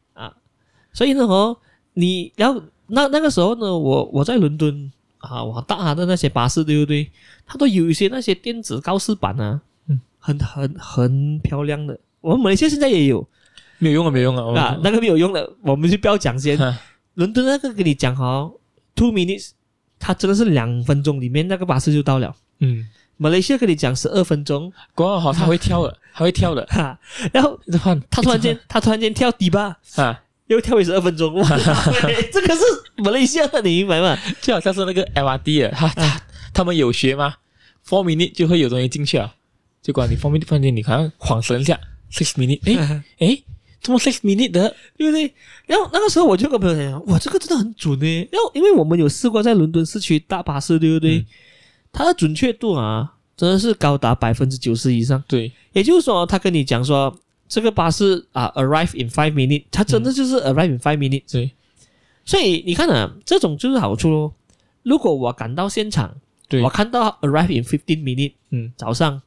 Speaker 1: 所以呢，哦，你然后那那个时候呢，我我在伦敦啊，我搭他的那些巴士，对不对？它都有一些那些电子告示板啊，
Speaker 2: 嗯，
Speaker 1: 很很很漂亮的。我们马来西亚现在也有
Speaker 2: 没有用啊，没有用啊！我
Speaker 1: 啊，那个没有用的，我们就不要讲 先。
Speaker 2: 哈
Speaker 1: 伦敦那个跟你讲哦，two minutes，它真的是两分钟里面那个巴士就到了。
Speaker 2: 嗯，
Speaker 1: 马来西亚跟你讲十二分钟，
Speaker 2: 光好他会跳的，他会跳 的，
Speaker 1: 哈，然后
Speaker 2: 一直换，
Speaker 1: 他突然间，他突然间跳迪吧，
Speaker 2: 啊，
Speaker 1: 又跳回十二分钟，哇，喂这个是马来西亚的，你明白吗？
Speaker 2: 就好像是那个 LRT 啊，他他他们有学吗？Four minute 就会有东西进去啊，结果你 four minute 突然间你好像恍神一下，six minute，诶 诶，怎么 six minute 的？
Speaker 1: 对不对？然后那个时候我就跟朋友讲，哇，这个真的很准呢。然后因为我们有试过在伦敦市区搭巴士，对不对？
Speaker 2: 嗯
Speaker 1: 它的准确度啊，真的是高达百分之九十以上。
Speaker 2: 对，
Speaker 1: 也就是说，他跟你讲说这个巴士啊，arrive in five minute，它真的就是
Speaker 2: 嗯
Speaker 1: arrive in five minute、
Speaker 2: 对，
Speaker 1: 所以你看啊，这种就是好处咯。如果我赶到现场，
Speaker 2: 对
Speaker 1: 我看到 arrive in fifteen minute，
Speaker 2: 嗯，
Speaker 1: 早上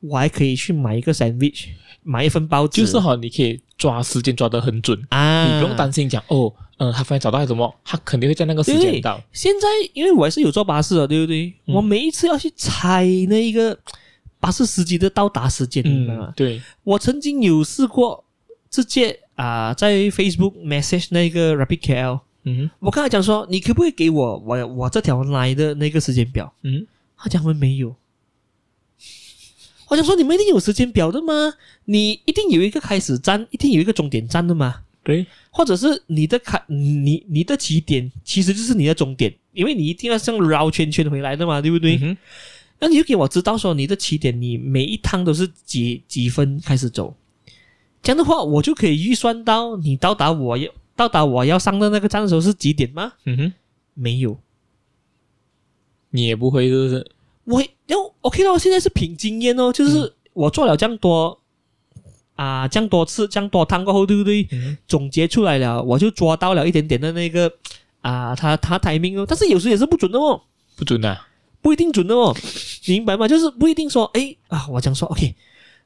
Speaker 1: 我还可以去买一个 sandwich，买一份包子，
Speaker 2: 就是好，你可以抓时间抓得很准，
Speaker 1: 啊，
Speaker 2: 你不用担心讲哦，嗯，他发现找到还是什么，他肯定会在那个时
Speaker 1: 对
Speaker 2: 间到。
Speaker 1: 现在因为我还是有坐巴士的，对不对？
Speaker 2: 嗯
Speaker 1: 我每一次要去猜那一个巴士司机的到达时间，你明白吗
Speaker 2: 嗯，？对，
Speaker 1: 我曾经有试过直接啊、在 Facebook message 那个 Rapid KL，
Speaker 2: 嗯
Speaker 1: 我跟他讲说，你可不可以给我我我这条 line 的那个时间表？
Speaker 2: 嗯，
Speaker 1: 他讲他们没有。我想说，你们一定有时间表的吗？你一定有一个开始站，一定有一个终点站的吗？
Speaker 2: 对，
Speaker 1: 或者是你的开你你的起点其实就是你的终点，因为你一定要像绕圈圈回来的嘛，对不对？
Speaker 2: 嗯哼
Speaker 1: 那你就给我知道说你的起点，你每一趟都是几几分开始走，这样的话我就可以预算到你到达我要到达我要上的那个站的时候是几点吗？
Speaker 2: 嗯哼，
Speaker 1: 没有，
Speaker 2: 你也不会是不是？
Speaker 1: 我要 OK 咯，现在是凭经验哦，
Speaker 2: 嗯
Speaker 1: 就是我做了这样多啊、这样多次，这样多趟过后，对不对？
Speaker 2: 嗯
Speaker 1: 总结出来了，我就抓到了一点点的那个啊，他他 timing 哦，但是有时也是不准的哦。
Speaker 2: 不准啊，
Speaker 1: 不一定准的哦，你明白吗？就是不一定说，诶啊，我讲说，OK，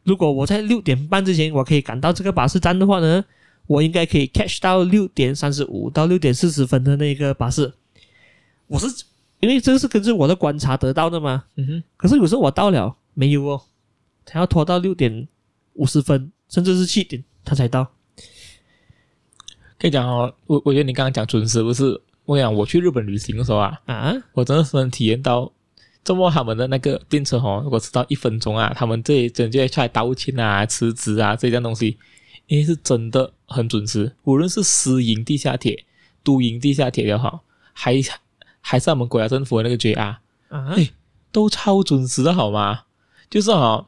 Speaker 1: 如果我在六点半之前我可以赶到这个巴士站的话呢，我应该可以 catch 到六点三十五到六点四十分的那个巴士。我是因为这是根据我的观察得到的嘛，
Speaker 2: 嗯哼，
Speaker 1: 可是有时候我到了没有哦，他要拖到六点五十分，甚至是七点他才到。
Speaker 2: 跟你讲哦，我我觉得你刚刚讲准时不是？我跟你讲，我去日本旅行的时候啊，
Speaker 1: 啊，
Speaker 2: 我真的是能体验到，周末他们的那个电车哦，如果迟到一分钟啊，他们这些人就会出来道歉啊、辞职啊这样东西，因为是真的很准时。无论是私营地下铁、都营地下铁也好，还还是我们国家政府的那个 JR，
Speaker 1: 啊
Speaker 2: 哎都超准时的好吗？就是哦，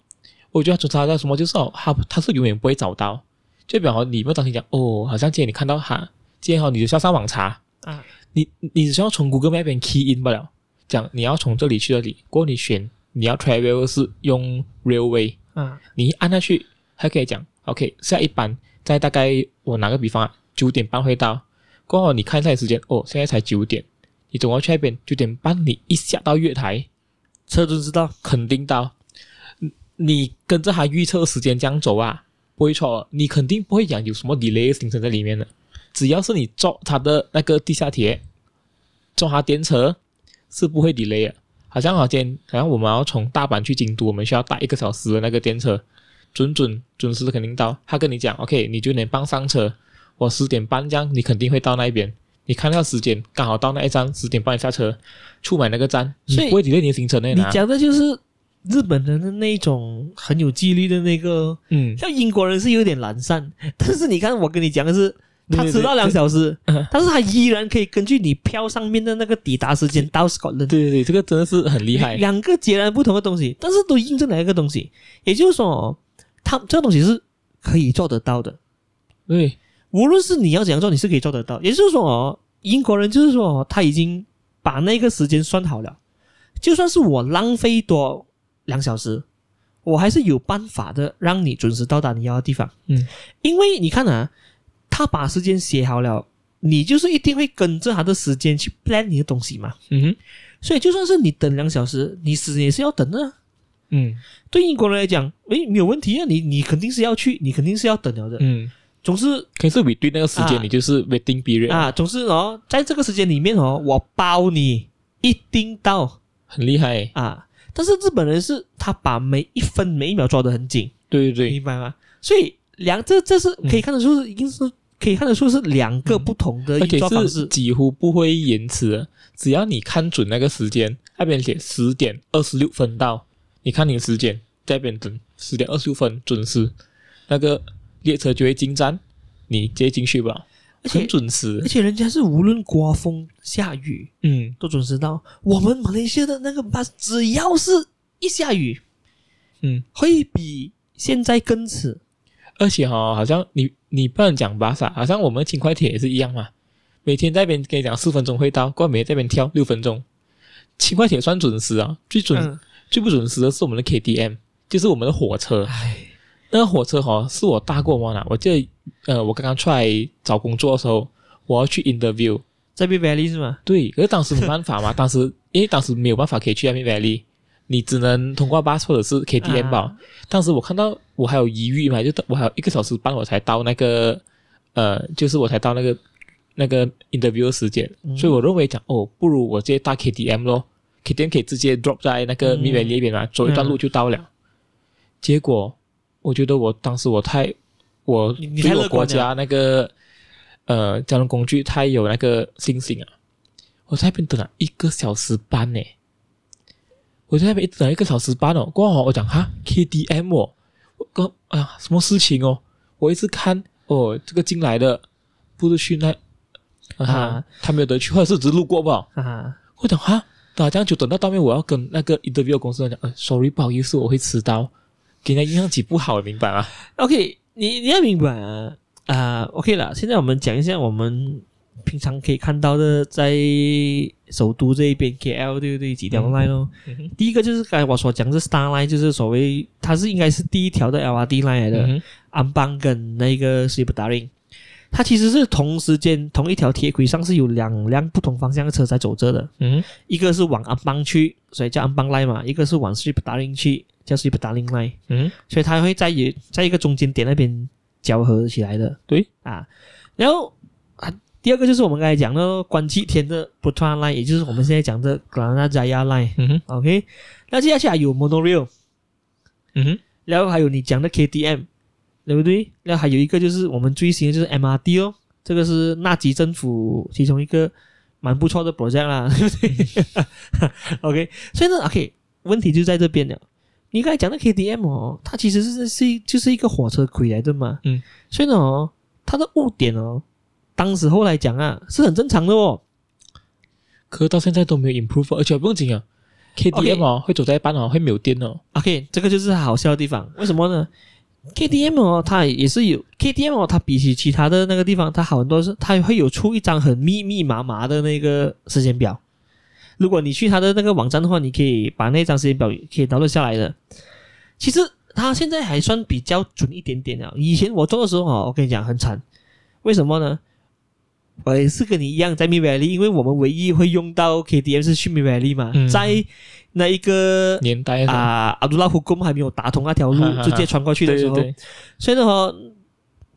Speaker 2: 我觉得准时到什么，就是哦，他他是永远不会找到，就比方说你没有当心讲哦，好像今天你看到他，今天哦你就需要上网查，
Speaker 1: 啊，
Speaker 2: 你你只需要从 Google Map 那边 key in 不了，讲你要从这里去这里，过后你选你要 travel 是用 railway，
Speaker 1: 啊
Speaker 2: 你一按下去，还可以讲 OK 下一班在大概我拿个比方啊，九点半会到，过后你看一下你时间，哦，现在才九点，你总要去那边九点半，你一下到月台
Speaker 1: 车准知道
Speaker 2: 肯定到，你你跟着他预测时间这样走啊，不会错，你肯定不会讲有什么 delay 形成在里面的。只要是你坐他的那个地下铁，坐他电车是不会 delay 的。好像好像今天好像我们要从大阪去京都，我们需要搭一个小时的那个电车，准准准时肯定到。他跟你讲，OK，你九点半上车，我十点半这样，你肯定会到那一边。你看到时间刚好到那一站，十点半下车，出买那个站，你
Speaker 1: 所以
Speaker 2: 不会 delay 你的行程的。
Speaker 1: 你讲的就是日本人的那一种很有纪律的那个哦。
Speaker 2: 嗯，
Speaker 1: 像英国人是有点懒散， 但是你看我跟你讲的是，他
Speaker 2: 对对对
Speaker 1: 迟到两小时
Speaker 2: 嗯，
Speaker 1: 但是他依然可以根据你票上面的那个抵达时 间到 Scotland。
Speaker 2: 对对对，这个真的是很厉害。
Speaker 1: 两个截然不同的东西，但是都印证了一个东西，也就是说哦，他这个东西是可以做得到的。
Speaker 2: 对，
Speaker 1: 无论是你要怎样做，你是可以做得到。也就是说哦，英国人就是说、哦、他已经把那个时间算好了，就算是我浪费多两小时，我还是有办法的让你准时到达你要的地方。
Speaker 2: 嗯，
Speaker 1: 因为你看啊，他把时间写好了，你就是一定会跟着他的时间去 plan 你的东西嘛。
Speaker 2: 嗯哼，
Speaker 1: 所以就算是你等两小时，你死也是要等的啊。
Speaker 2: 嗯
Speaker 1: 对英国人来讲，诶，没有问题啊，你你肯定是要去，你肯定是要等了的。
Speaker 2: 嗯，
Speaker 1: 总是
Speaker 2: 可是你对那个时间，
Speaker 1: 啊
Speaker 2: 你就是 waiting period，、
Speaker 1: 啊，总之哦，在这个时间里面哦，我包你一定到
Speaker 2: 很厉害。
Speaker 1: 啊。但是日本人是他把每一分每一秒抓得很紧，
Speaker 2: 对对对，
Speaker 1: 明白吗？所以两这这是可以看得出是，已经是可以看得出是两个不同的
Speaker 2: 嗯而
Speaker 1: 运
Speaker 2: 且
Speaker 1: 作方
Speaker 2: 是
Speaker 1: 式。
Speaker 2: 几乎不会延迟的，只要你看准那个时间，那边写十点二十六分到，你看你的时间，在那边等十点二十六分准时，那个列车就会进站，你直接进去吧，
Speaker 1: 而且
Speaker 2: 很准
Speaker 1: 而
Speaker 2: 时。
Speaker 1: 且人家是无论刮风下雨
Speaker 2: 嗯，
Speaker 1: 都准时到。我们马来西亚的那个巴士，只要是一下雨，
Speaker 2: 嗯，
Speaker 1: 会比现在更迟。
Speaker 2: 而且哈、哦，好像你你不能讲巴萨，好像我们轻快铁也是一样嘛，每天在那边跟你讲四分钟会到，过后每天在那边跳六分钟。轻快铁算准时啊，最准、
Speaker 1: 嗯，
Speaker 2: 最不准时的是我们的 KTM，就是我们的火车。
Speaker 1: 唉，
Speaker 2: 那个火车哈、是我搭过吗？我记得呃，我刚刚出来找工作的时候，我要去 interview，
Speaker 1: 在 b Valley 是吗？
Speaker 2: 对，可是当时没办法嘛，当时因为当时没有办法可以去 m Valley，你只能通过 bus 或者是 KTM 吧。
Speaker 1: 啊
Speaker 2: 当时我看到我还有疑虑嘛，就我还有一个小时半我才到那个呃，就是我才到那个那个 interview 的时间，
Speaker 1: 嗯
Speaker 2: 所以我认为讲哦，不如我直接搭 KTM 咯，KTM 可以直接 drop 在那个
Speaker 1: 嗯
Speaker 2: m i v a l l y 那边嘛，走一段路就到了。结果我觉得我当时我太我
Speaker 1: 你你
Speaker 2: 对
Speaker 1: 太
Speaker 2: 我
Speaker 1: 乐
Speaker 2: 国
Speaker 1: 观
Speaker 2: 家那个呃交通工具太有那个信心啊！我在那边等了一个小时半呢、我在那边一直等了一个小时半哦。过后我讲哈 KDM 哦，我刚啊什么事情哦？我一直看哦，这个进来的不是去那啊
Speaker 1: 啊
Speaker 2: 他没有得去，或者是只是路过吧？
Speaker 1: 啊，
Speaker 2: 我讲哈，对啊，这样就等到当面我要跟那个 interview 的公司人讲，呃，sorry，不好意思，我会迟到，给人家印象起不好，明白吗？
Speaker 1: OK，你你要明白啊啊、o k 了。现在我们讲一下我们平常可以看到的在首都这一边 KL 对不对？几条 line 咯。
Speaker 2: 嗯哼
Speaker 1: 第一个就是刚才我所讲的 Star Line，就是所谓它是应该是第一条的 LRT line 来的，
Speaker 2: 嗯哼
Speaker 1: 安邦跟那个 s i p d a r i n 它其实是同时间同一条铁轨上是有两辆不同方向的车在走着的，
Speaker 2: 嗯哼，
Speaker 1: 一个是往安邦去，所以叫安邦 line 嘛；一个是往 s i p d a r i n 去，叫 s i p d a r i n line。
Speaker 2: 嗯哼，
Speaker 1: 所以它会在也在一个中间点那边交合起来的。
Speaker 2: 对
Speaker 1: 啊，然后啊，第二个就是我们刚才讲的关七天的 p u t a Line，也就是我们现在讲的 Grana Jaya Line。
Speaker 2: 嗯哼，
Speaker 1: OK，那接下去还有 Monorail，
Speaker 2: 嗯哼，
Speaker 1: 然后还有你讲的 KTM，对不对？然后还有一个就是我们最新的就是 MRT 哦，这个是纳吉政府其中一个蛮不错的 project 啦，对不对 ？OK，所以呢，OK，问题就在这边了。你刚才讲的 KTM 哦，它其实是是就是一个火车轨来的嘛，
Speaker 2: 嗯，
Speaker 1: 所以呢、哦，它的误点哦，当时后来讲啊是很正常的哦，
Speaker 2: 可是到现在都没有 improve，而且不用紧啊，KDM 哦会走在一半哦，会没有电哦，
Speaker 1: OK，这个就是它好笑的地方。为什么呢？KTM 哦，它也是有 KTM 哦，它比起其他的那个地方，它好很多是它会有出一张很密密麻麻的那个时间表。如果你去它的那个网站的话，你可以把那张时间表可以 download 下来的。其实它现在还算比较准一点点了。以前我做的时候哦，我跟你讲很惨，为什么呢？我也是跟你一样在 Mi Valley，因为我们唯一会用到 KTM 是去 Mi Valley 嘛，
Speaker 2: 嗯
Speaker 1: 在那一个
Speaker 2: 年代啊什么，，
Speaker 1: 啊，阿杜拉湖公还没有打通那条路直接穿过去
Speaker 2: 对
Speaker 1: 的时
Speaker 2: 对
Speaker 1: 候，
Speaker 2: 对，
Speaker 1: 所以呢、哦，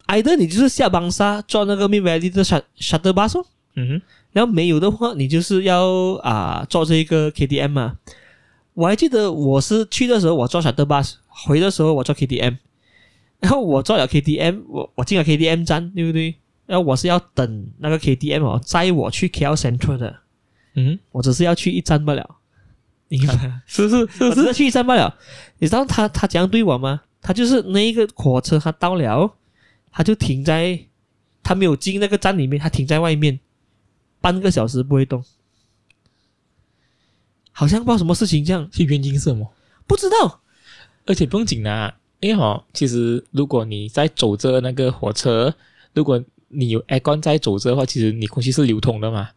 Speaker 1: either 你就是下邦沙坐那个 Mid Valley 的 shut shuttle bus 哦，
Speaker 2: 嗯哼，
Speaker 1: 然后没有的话，你就是要啊坐这个 KTM 嘛。我还记得我是去的时候我坐 shuttle bus，回的时候我坐 KTM，然后我坐了 KTM，我我进了 KTM 站，对不对？然后我是要等那个 KTM 哦载我去 KL Central 的，
Speaker 2: 嗯哼，
Speaker 1: 我只是要去一站罢了，明白？
Speaker 2: 是是
Speaker 1: 我
Speaker 2: 是
Speaker 1: 只
Speaker 2: 是，
Speaker 1: 是去一站罢了。你知道他他怎样对我吗？他就是那一个火车，他到了，他就停在，他没有进那个站里面，他停在外面，半个小时不会动，好像不知道什么事情这样，
Speaker 2: 是原因是什么？
Speaker 1: 不知道。
Speaker 2: 而且不用紧啦，因为哦，其实如果你在走着那个火车，如果你有 aircon 在走着的话，其实你空气是流通的嘛。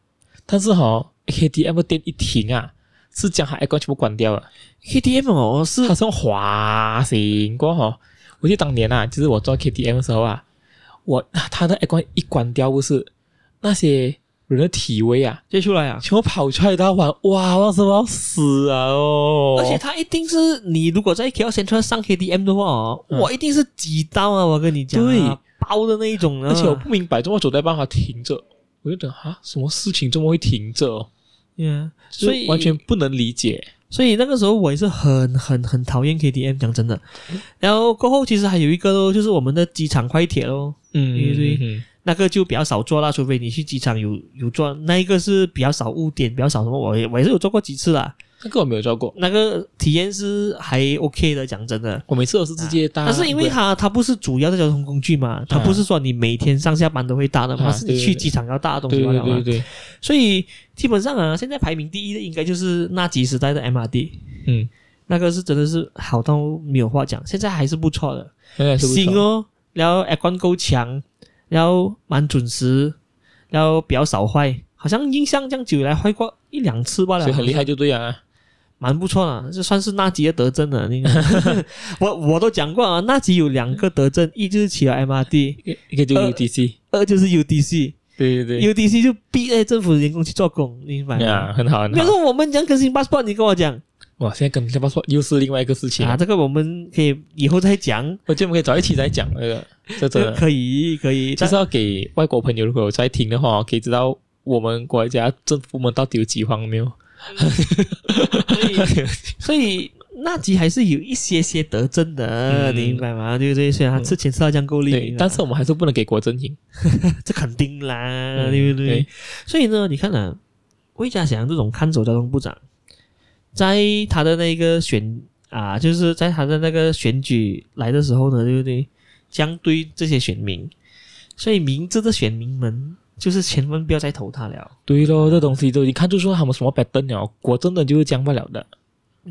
Speaker 2: 但是哦，KTM 的电一停啊，是将它 aircon 全部关掉了，
Speaker 1: KTM 哦是
Speaker 2: 它是用滑行过哦。我记得当年啊，就是我坐 KTM 的时候啊，我它的 aircon 一关掉，不是那些人的体味啊，
Speaker 1: 接出来啊，
Speaker 2: 全部跑出来到玩，哇，我是要死啊哦！
Speaker 1: 而且他一定是你如果在 KL Central 上 KTM 的话哦，
Speaker 2: 嗯
Speaker 1: 我一定是挤到啊，我跟你讲啊，
Speaker 2: 对
Speaker 1: 包的那一种啊，
Speaker 2: 而且我不明白，怎么走在办法停着？我就等啊，什么事情怎么会停着？
Speaker 1: Yeah，
Speaker 2: 就
Speaker 1: 所
Speaker 2: 是
Speaker 1: 以
Speaker 2: 完全不能理解。
Speaker 1: 所以那个时候我也是很很很讨厌 KTM，讲真的。然后过后其实还有一个咯，就是我们的机场快铁咯，
Speaker 2: 嗯
Speaker 1: 对对
Speaker 2: 嗯
Speaker 1: 那个就比较少坐啦，除非你去机场有有坐，那一个是比较少误点，比较少什么，我也我也是有坐过几次啦，
Speaker 2: 那个我没有做过，
Speaker 1: 那个体验是还 OK 的，讲真的。
Speaker 2: 我每次啊都是直接搭。
Speaker 1: 但是因为它它不是主要的交通工具嘛，它不是说你每天上下班都会搭的嘛，
Speaker 2: 啊
Speaker 1: 是你
Speaker 2: 对对
Speaker 1: 去
Speaker 2: 对
Speaker 1: 机场要搭的东
Speaker 2: 对
Speaker 1: 西罢
Speaker 2: 对
Speaker 1: 了嘛
Speaker 2: 对对，
Speaker 1: 所以基本上啊，现在排名第一的应该就是纳吉时代的 MRT。
Speaker 2: 嗯，
Speaker 1: 那个是真的是好到没有话讲，现在还是不错的，
Speaker 2: 那还是不错
Speaker 1: 新哦，然后 aircon 够强，然后蛮准时，然后比较少坏，好像印象这样久以来坏过一两次罢了，
Speaker 2: 所以很厉害，就对啊。
Speaker 1: 蛮不错的，这算是纳吉的德政了。那 个我我都讲过啊，纳吉有两个德政，一就是骑了 MRT，
Speaker 2: 一个一个就
Speaker 1: 呃
Speaker 2: UDC，
Speaker 1: 二就是 UDC，UDC
Speaker 2: 对对
Speaker 1: 就逼那些政府的员工去做工，你明白
Speaker 2: 对，
Speaker 1: 吗？
Speaker 2: 啊，很好很
Speaker 1: 比如
Speaker 2: 好。
Speaker 1: 说我们讲更新 passport，你跟我讲
Speaker 2: 哇，现在跟他们说又是另外一个事情
Speaker 1: 啊，
Speaker 2: 了。
Speaker 1: 这个我们可以以后再讲，
Speaker 2: 我觉得我们可以早一起再讲那个，这真的。
Speaker 1: 可以可以，
Speaker 2: 就是要给外国朋友，如果有在听的话，可以知道我们国家政府部门到底有几荒 谬。
Speaker 1: 所以，所以纳吉还是有一些些得政的，
Speaker 2: 嗯
Speaker 1: 你明白吗？对不对？虽然他吃钱吃到这样够力，
Speaker 2: 对，但是我们还是不能给国政赢。
Speaker 1: 这肯定啦，
Speaker 2: 嗯
Speaker 1: 对不对？
Speaker 2: 对
Speaker 1: 所以呢，你看啊，魏家祥这种看守交通部长，在他的那个选啊，就是在他的那个选举来的时候呢，对不对？将对这些选民，所以明智的选民们就是千万不要再投他了。
Speaker 2: 对咯，这东西都一看就说他们什么 pattern 了，果真的就是僵不了的。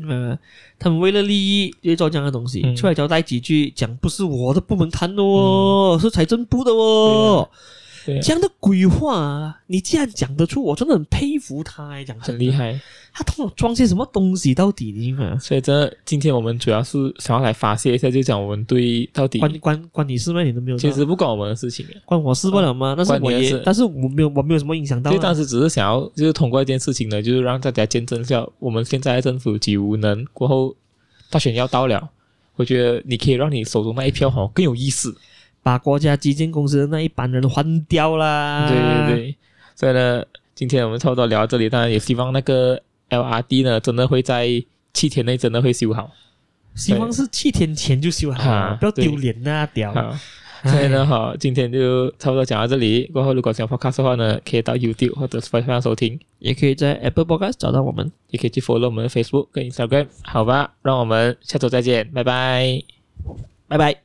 Speaker 1: 呃，他们为了利益就会做这样的东西，
Speaker 2: 嗯
Speaker 1: 出来交代几句，讲不是我的部门谈的哦，是财政部的哦，
Speaker 2: 嗯对、啊
Speaker 1: 这，样的鬼话、啊，你竟然讲得出，我真的很佩服他、哎讲真
Speaker 2: 很
Speaker 1: 的
Speaker 2: 厉，害。
Speaker 1: 他到底装些什么东西到底你嘛？
Speaker 2: 所以真的，今天我们主要是想要来发泄一下，就讲我们对到底
Speaker 1: 关关关你事吗？你都没有到，
Speaker 2: 嗯其实不关我们的事情啊，
Speaker 1: 关我事不了吗？但是
Speaker 2: 关你
Speaker 1: 我
Speaker 2: 的
Speaker 1: 也
Speaker 2: 事，
Speaker 1: 但是我没有，我没有什么影响到、
Speaker 2: 就当
Speaker 1: 啊。
Speaker 2: 时只是想要就是通过一件事情呢，就是让大家见证一下我们现在政府几无能，过后大选要到了。我觉得你可以让你手中那一票好更有意思，
Speaker 1: 把国家基建公司的那一班人换掉啦。
Speaker 2: 对对，对。所以呢，今天我们差不多聊到这里，当然也希望那个 LRT 呢，真的会在七天内真的会修好。
Speaker 1: 希望是七天前就修好了
Speaker 2: 啊，
Speaker 1: 不要
Speaker 2: 对
Speaker 1: 丢脸呐、屌。
Speaker 2: 好，所以呢，好，今天就差不多讲到这里。过后如果想 podcast 的话呢，可以到 YouTube 或者 Spotify 上收听，
Speaker 1: 也可以在 Apple Podcast 找到我们。
Speaker 2: 也可以去 follow 我们的 Facebook 跟 Instagram。好吧，让我们下周再见，拜拜。
Speaker 1: 拜拜。